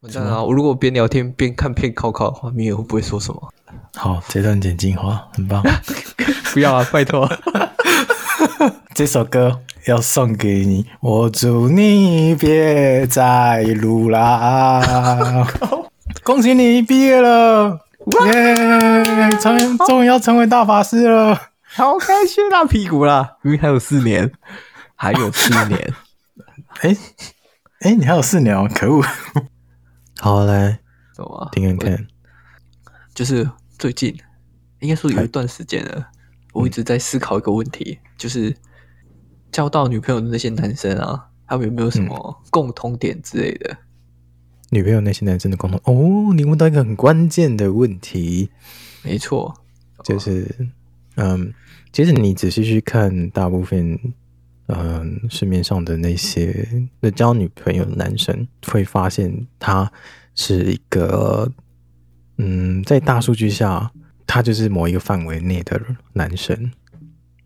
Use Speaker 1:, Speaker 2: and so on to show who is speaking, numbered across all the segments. Speaker 1: 完蛋啊！我如果边聊天边看片考考的话，米尔会不会说什么？
Speaker 2: 好，这段剪精华，很棒。
Speaker 1: 不要啊，拜托、
Speaker 2: 这首歌要送给你，我祝你别再录啦！恭喜你毕业了，耶！成终于要成为大法师了。
Speaker 1: 好开心啊，屁股啦！因为还有四年，还有四年。
Speaker 2: 哎哎，你还有四年哦，可恶！ 好，来
Speaker 1: 懂吗？
Speaker 2: 听看看。
Speaker 1: 就是最近，应该说有一段时间了，我一直在思考一个问题，就是交到女朋友的那些男生啊，他们有没有什么共通点之类的？
Speaker 2: 女朋友那些男生的共同哦，你问到一个很关键的问题，
Speaker 1: 没错，
Speaker 2: 就是，嗯，其实你仔细去看，大部分，嗯，市面上的那些那交女朋友的男生，会发现他是一个，嗯，在大数据下，他就是某一个范围内的男生，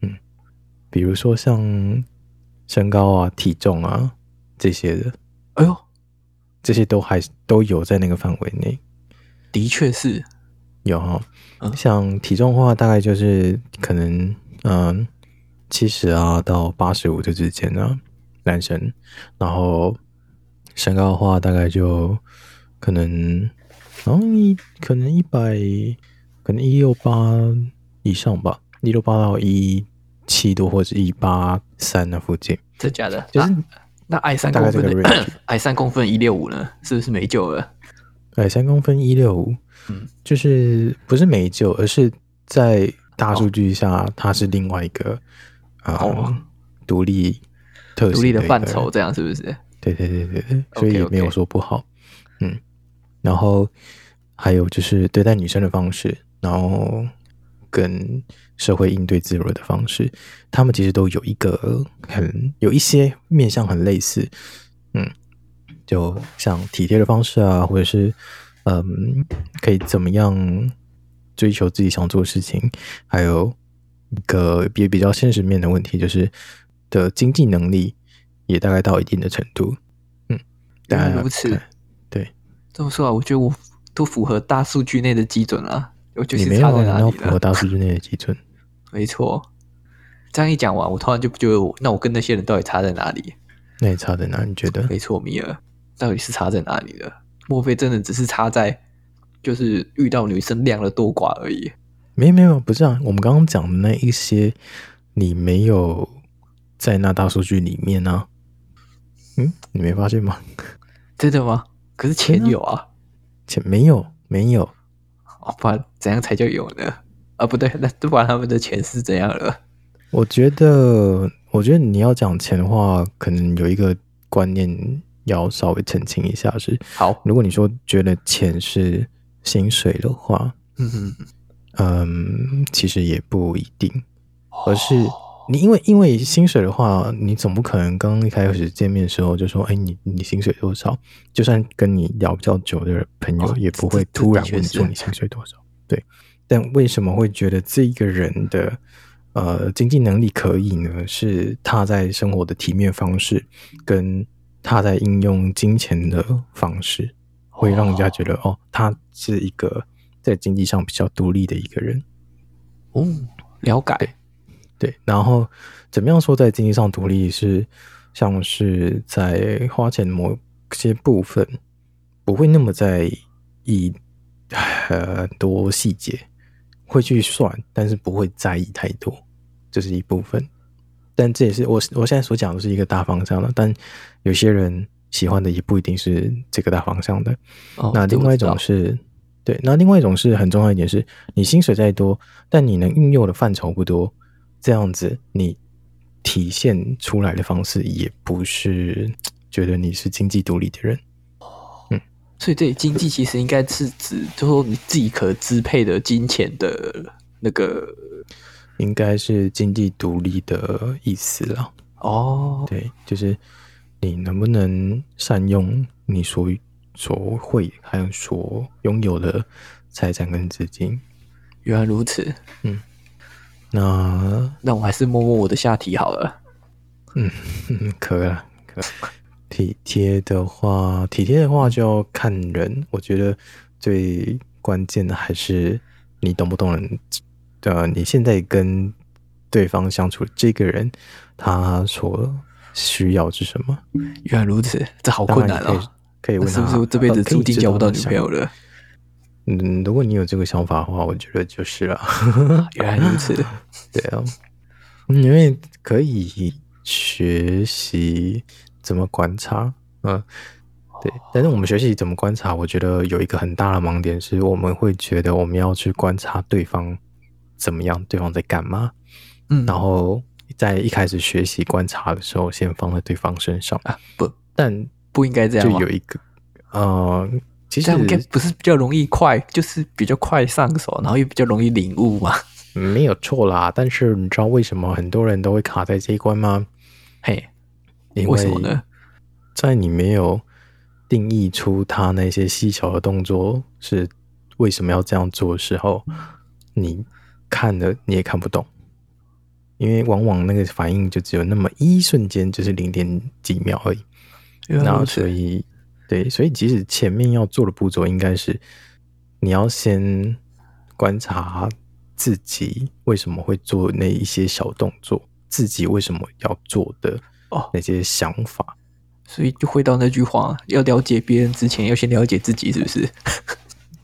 Speaker 2: 嗯，比如说像身高啊、体重啊这些的，
Speaker 1: 哎呦，
Speaker 2: 这些都还都有在那个范围内，
Speaker 1: 的确是，
Speaker 2: 有哈、
Speaker 1: 嗯
Speaker 2: 像体重的话，大概就是可能嗯七十啊到八十五这之间啊，男生。然后身高的话，大概就可能，然后一可能一百，可能一六八以上吧，一六八到一七多或者一八三那附近，
Speaker 1: 真假的？
Speaker 2: 就是
Speaker 1: 那那矮三
Speaker 2: 大
Speaker 1: 公
Speaker 2: 概这个
Speaker 1: 分的
Speaker 2: range
Speaker 1: 矮三公分一六五呢，是不是没救了？
Speaker 2: 哎，三公分一六五
Speaker 1: 嗯，
Speaker 2: 就是不是没救，而是在大数据下，它是另外一个啊、呃
Speaker 1: 哦
Speaker 2: 独立特
Speaker 1: 独
Speaker 2: 性
Speaker 1: 立
Speaker 2: 的
Speaker 1: 的
Speaker 2: 一
Speaker 1: 范
Speaker 2: 个
Speaker 1: 畴，。这样是不是？
Speaker 2: 对对对对对，所以也
Speaker 1: OK，OK
Speaker 2: 没有说不好。嗯，然后还有就是对待女生的方式，然后跟社会应对自如的方式，他们其实都有一个很有一些面向很类似。嗯，就像体贴的方式啊，或者是嗯，可以怎么样追求自己想做的事情，还有一个也比较现实面的问题，就是的经济能力也大概到一定的程度。嗯，
Speaker 1: 原
Speaker 2: 当
Speaker 1: 来
Speaker 2: 然
Speaker 1: 如此
Speaker 2: 对对，
Speaker 1: 这么说啊，我觉得我都符合大数据内的基准啊，我就
Speaker 2: 你
Speaker 1: 是
Speaker 2: 没有
Speaker 1: 差
Speaker 2: 啊
Speaker 1: 在
Speaker 2: 你
Speaker 1: 哪
Speaker 2: 要
Speaker 1: 里
Speaker 2: 符合
Speaker 1: 了？
Speaker 2: 大数据内的基 准。
Speaker 1: 没错。这样一讲完，我突然就不觉得我，那我跟那些人到底差在哪里？
Speaker 2: 那你差在哪？你觉得？
Speaker 1: 没错，米尔，到底是差在哪里了？莫非真的只是差在就是遇到女生量的多寡而已？
Speaker 2: 没有没有，不是啊，我们刚刚讲的那一些，你没有在那大数据里面呢、嗯，你没发现吗？
Speaker 1: 真的吗？可是钱
Speaker 2: 真的
Speaker 1: 有啊，
Speaker 2: 且没有没有，
Speaker 1: 哦，不然怎样才叫有呢？啊，不对，那不然他们的钱是怎样了？
Speaker 2: 我觉得，我觉得你要讲钱的话，可能有一个观念要稍微澄清一下是，
Speaker 1: 好，
Speaker 2: 如果你说觉得钱是薪水的话，
Speaker 1: 嗯嗯，嗯
Speaker 2: 嗯，其实也不一定， 而是你因为因为薪水的话，你总不可能刚一开始见面的时候就说，哎，你你薪水多少？就算跟你聊比较久的朋友，
Speaker 1: 哦
Speaker 2: 也不会
Speaker 1: 这这
Speaker 2: 突然
Speaker 1: 这的
Speaker 2: 问你
Speaker 1: 确是
Speaker 2: 说你薪水多少。对，但为什么会觉得这一个人的呃经济能力可以呢？是他在生活的体面方式，跟他在应用金钱的方式，会让人家觉得哦，他是一个在经济上比较独立的一个人。
Speaker 1: 哦，了解，
Speaker 2: 对，然后怎么样说在经济上独立是像是在花钱某些部分不会那么在意很多细节，会去算，但是不会在意太多，这是一部分。但这也是我我现在所讲的是一个大方向了，但有些人喜欢的也不一定是这个大方向的。
Speaker 1: 哦，
Speaker 2: 那
Speaker 1: 这
Speaker 2: 另
Speaker 1: 我
Speaker 2: 外一
Speaker 1: 知道
Speaker 2: 种是，对，那另外一种是很重要一点是，你薪水再多，但你能运用的范畴不多，这样子你体现出来的方式也不是觉得你是经济独立的人。
Speaker 1: 所以这里经济其实应该是指，就说你自己可支配的金钱的那个
Speaker 2: 应该是经济独立的意思啦，
Speaker 1: 哦，
Speaker 2: 对，就是你能不能善用你所所会还有所拥有的财产跟资金。
Speaker 1: 原来如此。
Speaker 2: 那
Speaker 1: 那我还是摸摸我的下体好了。
Speaker 2: 嗯，可以了，可以了。体贴的话，体贴的话就要看人。我觉得最关键的还是你懂不懂人。呃，你现在跟对方相处，这个人他所需要是什么？
Speaker 1: 原来如此，这好困难
Speaker 2: 当然
Speaker 1: 啊
Speaker 2: 你！可以可以问
Speaker 1: 那
Speaker 2: 他，
Speaker 1: 是不是我这辈子
Speaker 2: 呃可以
Speaker 1: 注定交不到女
Speaker 2: 知道
Speaker 1: 朋友了？
Speaker 2: 你想？嗯，如果你有这个想法的话，我觉得就是了。
Speaker 1: 原来如 此，
Speaker 2: 对啊，嗯因为可以学习怎么观察，嗯，对。
Speaker 1: 哦
Speaker 2: 但是我们学习怎么观察，我觉得有一个很大的盲点是，我们会觉得我们要去观察对方怎么样，对方在干嘛，
Speaker 1: 嗯，
Speaker 2: 然后在一开始学习观察的时候，先放在对方身上。
Speaker 1: 啊不
Speaker 2: 但
Speaker 1: 不应该这样
Speaker 2: 就
Speaker 1: 吗？
Speaker 2: 有一个，呃，其
Speaker 1: 这
Speaker 2: 实
Speaker 1: 样应该不是比较容易快，就是比较快上手，然后又比较容易领悟嘛。
Speaker 2: 没有错啦。但是你知道为什么很多人都会卡在这一关吗？
Speaker 1: 嘿，
Speaker 2: 因
Speaker 1: 为什么呢？
Speaker 2: 在你没有定义出他那些细小的动作是为什么要这样做的时候，
Speaker 1: 嗯
Speaker 2: 你看的你也看不懂，因为往往那个反应就只有那么一瞬间，就是零点几秒而已。
Speaker 1: 原来
Speaker 2: 那
Speaker 1: 如
Speaker 2: 所
Speaker 1: 此，
Speaker 2: 以，对，所以其实前面要做的步骤应该是，你要先观察自己为什么会做那一些小动作，自己为什么要做的
Speaker 1: 哦
Speaker 2: 那些想法。
Speaker 1: 所以就回到那句话，要了解别人之前，要先了解自己，是不是？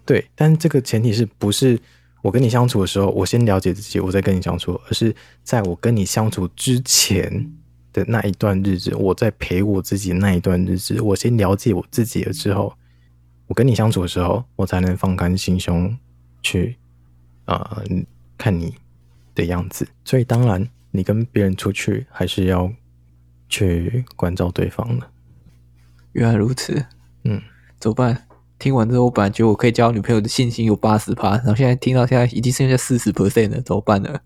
Speaker 2: 对，但这个前提是不是我跟你相处的时候，我先了解自己，我再跟你相处，而是在我跟你相处之前的那一段日子，我在陪我自己那一段日子，我先了解我自己了之后，我跟你相处的时候，我才能放开心胸去呃看你的样子。所以当然，你跟别人出去还是要去关照对方的。
Speaker 1: 原来如此，
Speaker 2: 嗯，
Speaker 1: 怎么办？听完之后，我本来觉得我可以交女朋友的信心有八十趴，然后现在听到现在已经剩下四十 percent 了，怎么办呢？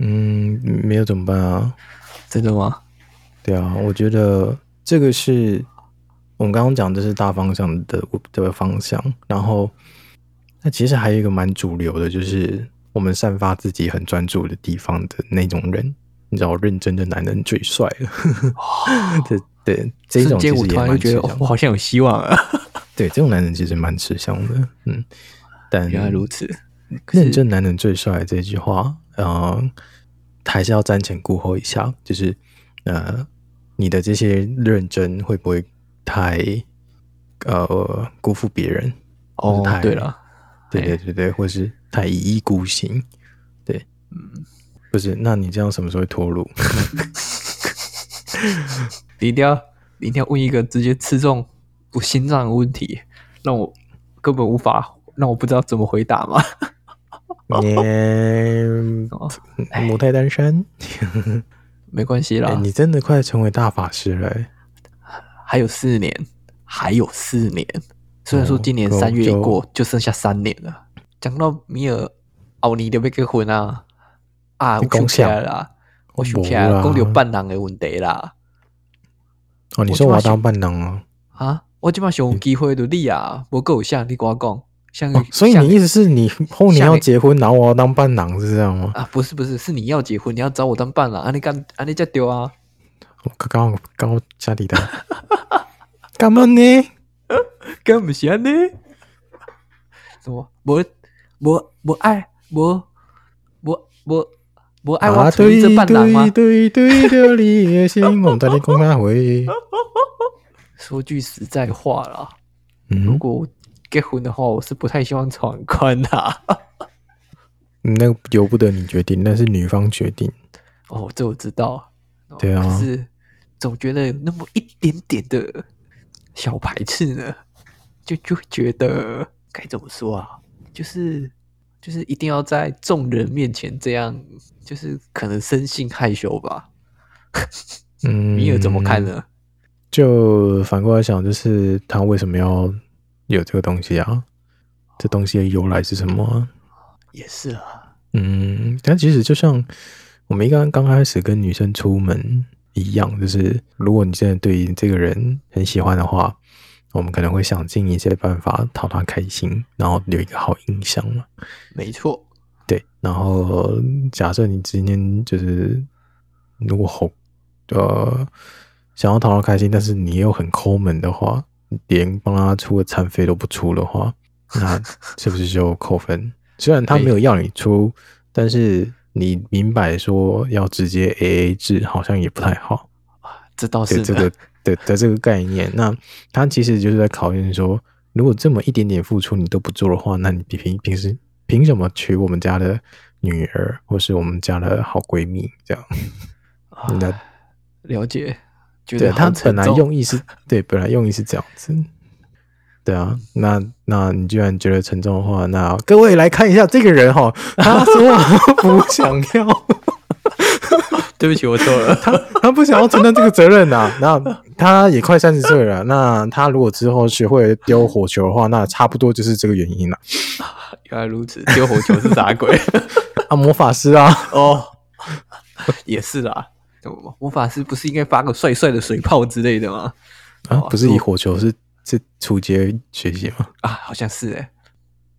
Speaker 2: 嗯，没有怎么办啊？
Speaker 1: 真的吗？
Speaker 2: 对啊，我觉得这个是我们刚刚讲，这是大方向的的方向。然后，那其实还有一个蛮主流的，就是我们散发自己很专注的地方的那种人。你知道，认真的男人最帅了。对 对，这
Speaker 1: 哦瞬
Speaker 2: 种
Speaker 1: 间
Speaker 2: 其
Speaker 1: 我
Speaker 2: 实也
Speaker 1: 突然就
Speaker 2: 蛮
Speaker 1: 觉
Speaker 2: 吃
Speaker 1: 得、
Speaker 2: 香
Speaker 1: 哦
Speaker 2: 的。
Speaker 1: 我好像有希望啊！
Speaker 2: 对，这种男人其实蛮吃香的。嗯，但
Speaker 1: 原来如此，可是
Speaker 2: 认真男人最帅这句话，呃，还是要瞻前顾后一下，就是呃，你的这些认真会不会太呃辜负别人？
Speaker 1: 哦
Speaker 2: 太，
Speaker 1: 对了，
Speaker 2: 对
Speaker 1: 哎
Speaker 2: 对对对，或是太一意孤行？对，嗯，不是，那你这样什么时候会脱乳？
Speaker 1: 你一定要你一定要问一个直接刺中我心脏的问题，让我根本无法让我不知道怎么回答嘛。
Speaker 2: 嗯
Speaker 1: 哦，
Speaker 2: 母胎单身，
Speaker 1: 没关系
Speaker 2: 哎
Speaker 1: 啦，
Speaker 2: 你真的快成为大法师了、哎
Speaker 1: 还有四年，还有四年。虽然说今年
Speaker 2: 哦
Speaker 1: 三月一
Speaker 2: 就
Speaker 1: 过，就剩下三年了。讲到米尔奥尼的要结婚啊，啊，我
Speaker 2: 你
Speaker 1: 想
Speaker 2: 讲
Speaker 1: 起
Speaker 2: 啥
Speaker 1: 来了啦，我想起
Speaker 2: 没
Speaker 1: 来
Speaker 2: 啦
Speaker 1: 了，讲到伴郎的问题啦。
Speaker 2: 哦，你
Speaker 1: 我
Speaker 2: 说
Speaker 1: 就
Speaker 2: 我
Speaker 1: 要
Speaker 2: 要当伴郎啊？
Speaker 1: 啊，我即马想有机会就你啊，无够有像你跟我讲，像、
Speaker 2: 哦，所以
Speaker 1: 像
Speaker 2: 你意思是你后年
Speaker 1: 像嗯
Speaker 2: 要
Speaker 1: 你
Speaker 2: 结婚，然后我要当伴郎是这样吗？
Speaker 1: 啊，不是不是，是你要结婚，你要找我当伴郎，啊你干啊你才丢啊，
Speaker 2: 我刚刚刚家里的，干嘛呢？
Speaker 1: 干不是安尼？什么？无无无爱无无无无爱我成为这伴郎吗？
Speaker 2: 啊对对对对的心，我带你讲哪回？
Speaker 1: 说句实在话啦，如
Speaker 2: 嗯，
Speaker 1: 果我结婚的话，我是不太希望闯关啊的、
Speaker 2: 嗯那个由不得你决定，那是女方决定。
Speaker 1: 哦，这我知道。哦
Speaker 2: 对啊
Speaker 1: 可是总觉得有那么一点点的小排斥呢，就就会觉得该怎么说啊？就是就是一定要在众人面前这样，就是可能生性害羞吧。
Speaker 2: 嗯，
Speaker 1: 米尔怎么看？呢？
Speaker 2: 就反过来想，就是他为什么要有这个东西啊？这东西的由来是什么啊、
Speaker 1: 也是啊，
Speaker 2: 嗯，但其实就像我们一刚刚开始跟女生出门一样，就是如果你真的对这个人很喜欢的话，我们可能会想尽一切办法讨她开心，然后留一个好印象嘛。
Speaker 1: 没错。
Speaker 2: 对，然后假设你今天就是如果好呃想要讨到开心，但是你又很抠门的话，连帮他出个餐费都不出的话，那是不是就扣分？虽然他没有要你出，但是你明摆说要直接 A A 制，好像也不太好。
Speaker 1: 这倒
Speaker 2: 对
Speaker 1: 哦是
Speaker 2: 这
Speaker 1: 的
Speaker 2: 个对的这个概念，那他其实就是在考验说，如果这么一点点付出你都不做的话，那你平平平时凭什么娶我们家的女儿，或是我们家的好闺蜜这样？
Speaker 1: 啊
Speaker 2: 人家
Speaker 1: 了解，觉
Speaker 2: 对
Speaker 1: 得
Speaker 2: 他
Speaker 1: 好
Speaker 2: 本
Speaker 1: 沉
Speaker 2: 来
Speaker 1: 重
Speaker 2: 用意是，对，本来用意是这样子。对啊，那那你居然觉得沉重的话，那各位来看一下这个人哈，他说他不想要，
Speaker 1: 对不起，我错了。
Speaker 2: 他他不想要承担这个责任呐、 那他也快三十岁了，那他如果之后学会丢火球的话，那差不多就是这个原因了。
Speaker 1: 原来如此，丢火球是啥鬼？
Speaker 2: 啊，魔法师 啊，
Speaker 1: 哦，也是啦。魔法师不是应该发个帅帅的水炮之类的吗？
Speaker 2: 啊
Speaker 1: 哦
Speaker 2: 不是以火球是是初阶学习吗？
Speaker 1: 啊，好像是哎、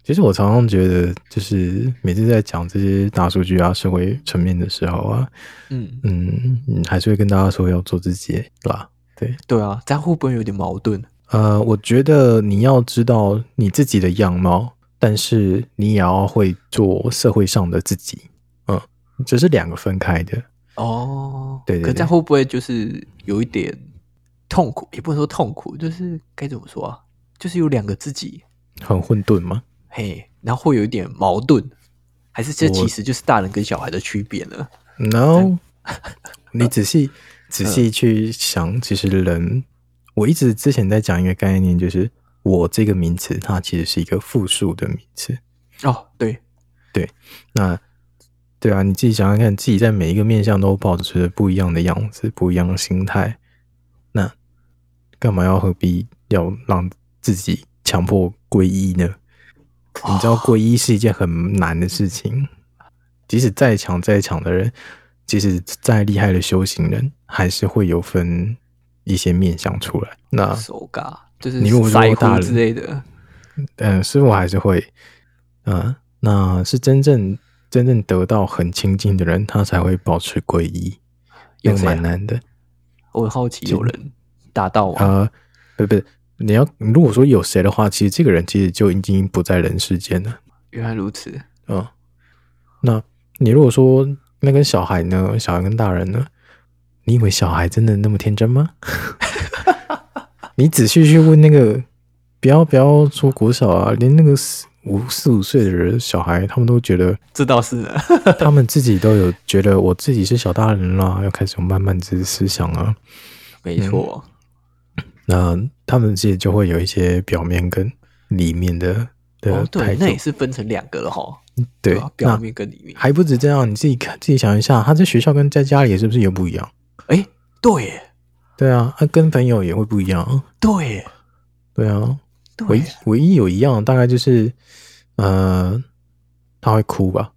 Speaker 2: 其实我常常觉得，就是每次在讲这些大数据啊、社会层面的时候啊，
Speaker 1: 嗯，
Speaker 2: 嗯，嗯还是会跟大家说要做自己啦。
Speaker 1: 对啊，这样会不会有点矛盾？
Speaker 2: 呃，我觉得你要知道你自己的样貌，但是你也要会做社会上的自己。嗯，这是两个分开的。
Speaker 1: 哦，
Speaker 2: 对对
Speaker 1: 可这样
Speaker 2: 对
Speaker 1: 会不会就是有一点痛苦？也不能说痛苦，就是该怎么说啊？就是有两个自己，
Speaker 2: 很混沌吗？
Speaker 1: 嘿，然后会有一点矛盾，还是这
Speaker 2: 我
Speaker 1: 其实就是大人跟小孩的区别呢？
Speaker 2: No，你仔细仔细去想，其实人，我一直之前在讲一个概念，就是我这个名词，它其实是一个复数的名词。
Speaker 1: 哦，对，
Speaker 2: 那对啊，你自己想想看，自己在每一个面向都保持着不一样的样子、不一样的心态，那干嘛要何必要让自己强迫皈依呢？你知道皈依是一件很难的事情，即使再强再强的人，即使再厉害的修行人，还是会有分一些面相出来。那
Speaker 1: 手嘎就是
Speaker 2: 啊你如果说
Speaker 1: 腮
Speaker 2: 大
Speaker 1: 胡
Speaker 2: 人
Speaker 1: 之类的，
Speaker 2: 嗯，师傅还是会，嗯，那是真正真正得到很亲近的人，他才会保持皈依，
Speaker 1: 有
Speaker 2: 那个
Speaker 1: 谁啊
Speaker 2: 蛮难的。
Speaker 1: 我很好奇有人打到吗？
Speaker 2: 呃，不不，你要如果说有谁的话，其实这个人其实就已经不在人世间了。
Speaker 1: 原来如此，
Speaker 2: 嗯，那你如果说那跟小孩呢，小孩跟大人呢，你以为小孩真的那么天真吗？ 你仔细去问那个，不要不要说国小啊，连那个四五四五岁的人小孩，他们都觉得
Speaker 1: 这倒是呢。
Speaker 2: 他们自己都有觉得我自己是小大人啦，要开始有慢慢这思想啊。
Speaker 1: 没错，
Speaker 2: 那他们自己就会有一些表面跟里面的的
Speaker 1: 哦，对，
Speaker 2: 态度
Speaker 1: 那。也是分成两个了哈，
Speaker 2: 啊对
Speaker 1: 吧，表
Speaker 2: 那
Speaker 1: 面跟里面。
Speaker 2: 还不止这样，你自己看自己想一下，他在学校跟在家里是不是也不一样？
Speaker 1: 哎，对耶，
Speaker 2: 对啊，他、跟朋友也会不一样啊。
Speaker 1: 对耶，
Speaker 2: 对啊，
Speaker 1: 对
Speaker 2: 唯一
Speaker 1: 耶，
Speaker 2: 唯一有一样大概就是，呃，他会哭吧？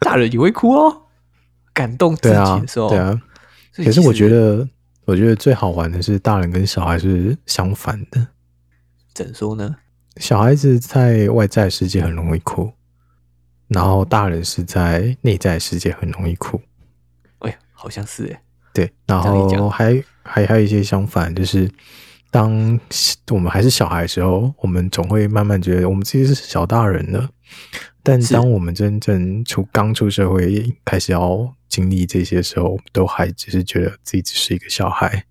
Speaker 1: 大人也会哭哦，感动自
Speaker 2: 对
Speaker 1: 己
Speaker 2: 啊
Speaker 1: 的，时候。
Speaker 2: 对啊。
Speaker 1: 所以
Speaker 2: 可是
Speaker 1: 其
Speaker 2: 我觉
Speaker 1: 实
Speaker 2: 得，我觉得最好玩的是大人跟小孩是相反的。
Speaker 1: 怎么说呢？
Speaker 2: 小孩子在外在世界很容易哭，然后大人是在内在世界很容易哭。
Speaker 1: 哎，好像是哎，
Speaker 2: 对，然
Speaker 1: 这样一
Speaker 2: 后
Speaker 1: 讲
Speaker 2: 还还还有一些相反，就是当我们还是小孩的时候，我们总会慢慢觉得我们自己是小大人了。但
Speaker 1: 是
Speaker 2: 当我们真正出刚出社会，开始要经历这些时候，我们都还只是觉得自己只是一个小孩。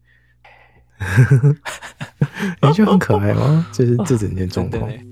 Speaker 2: 你觉得很可爱吗？这是这整件状
Speaker 1: 真的
Speaker 2: 况。
Speaker 1: 耶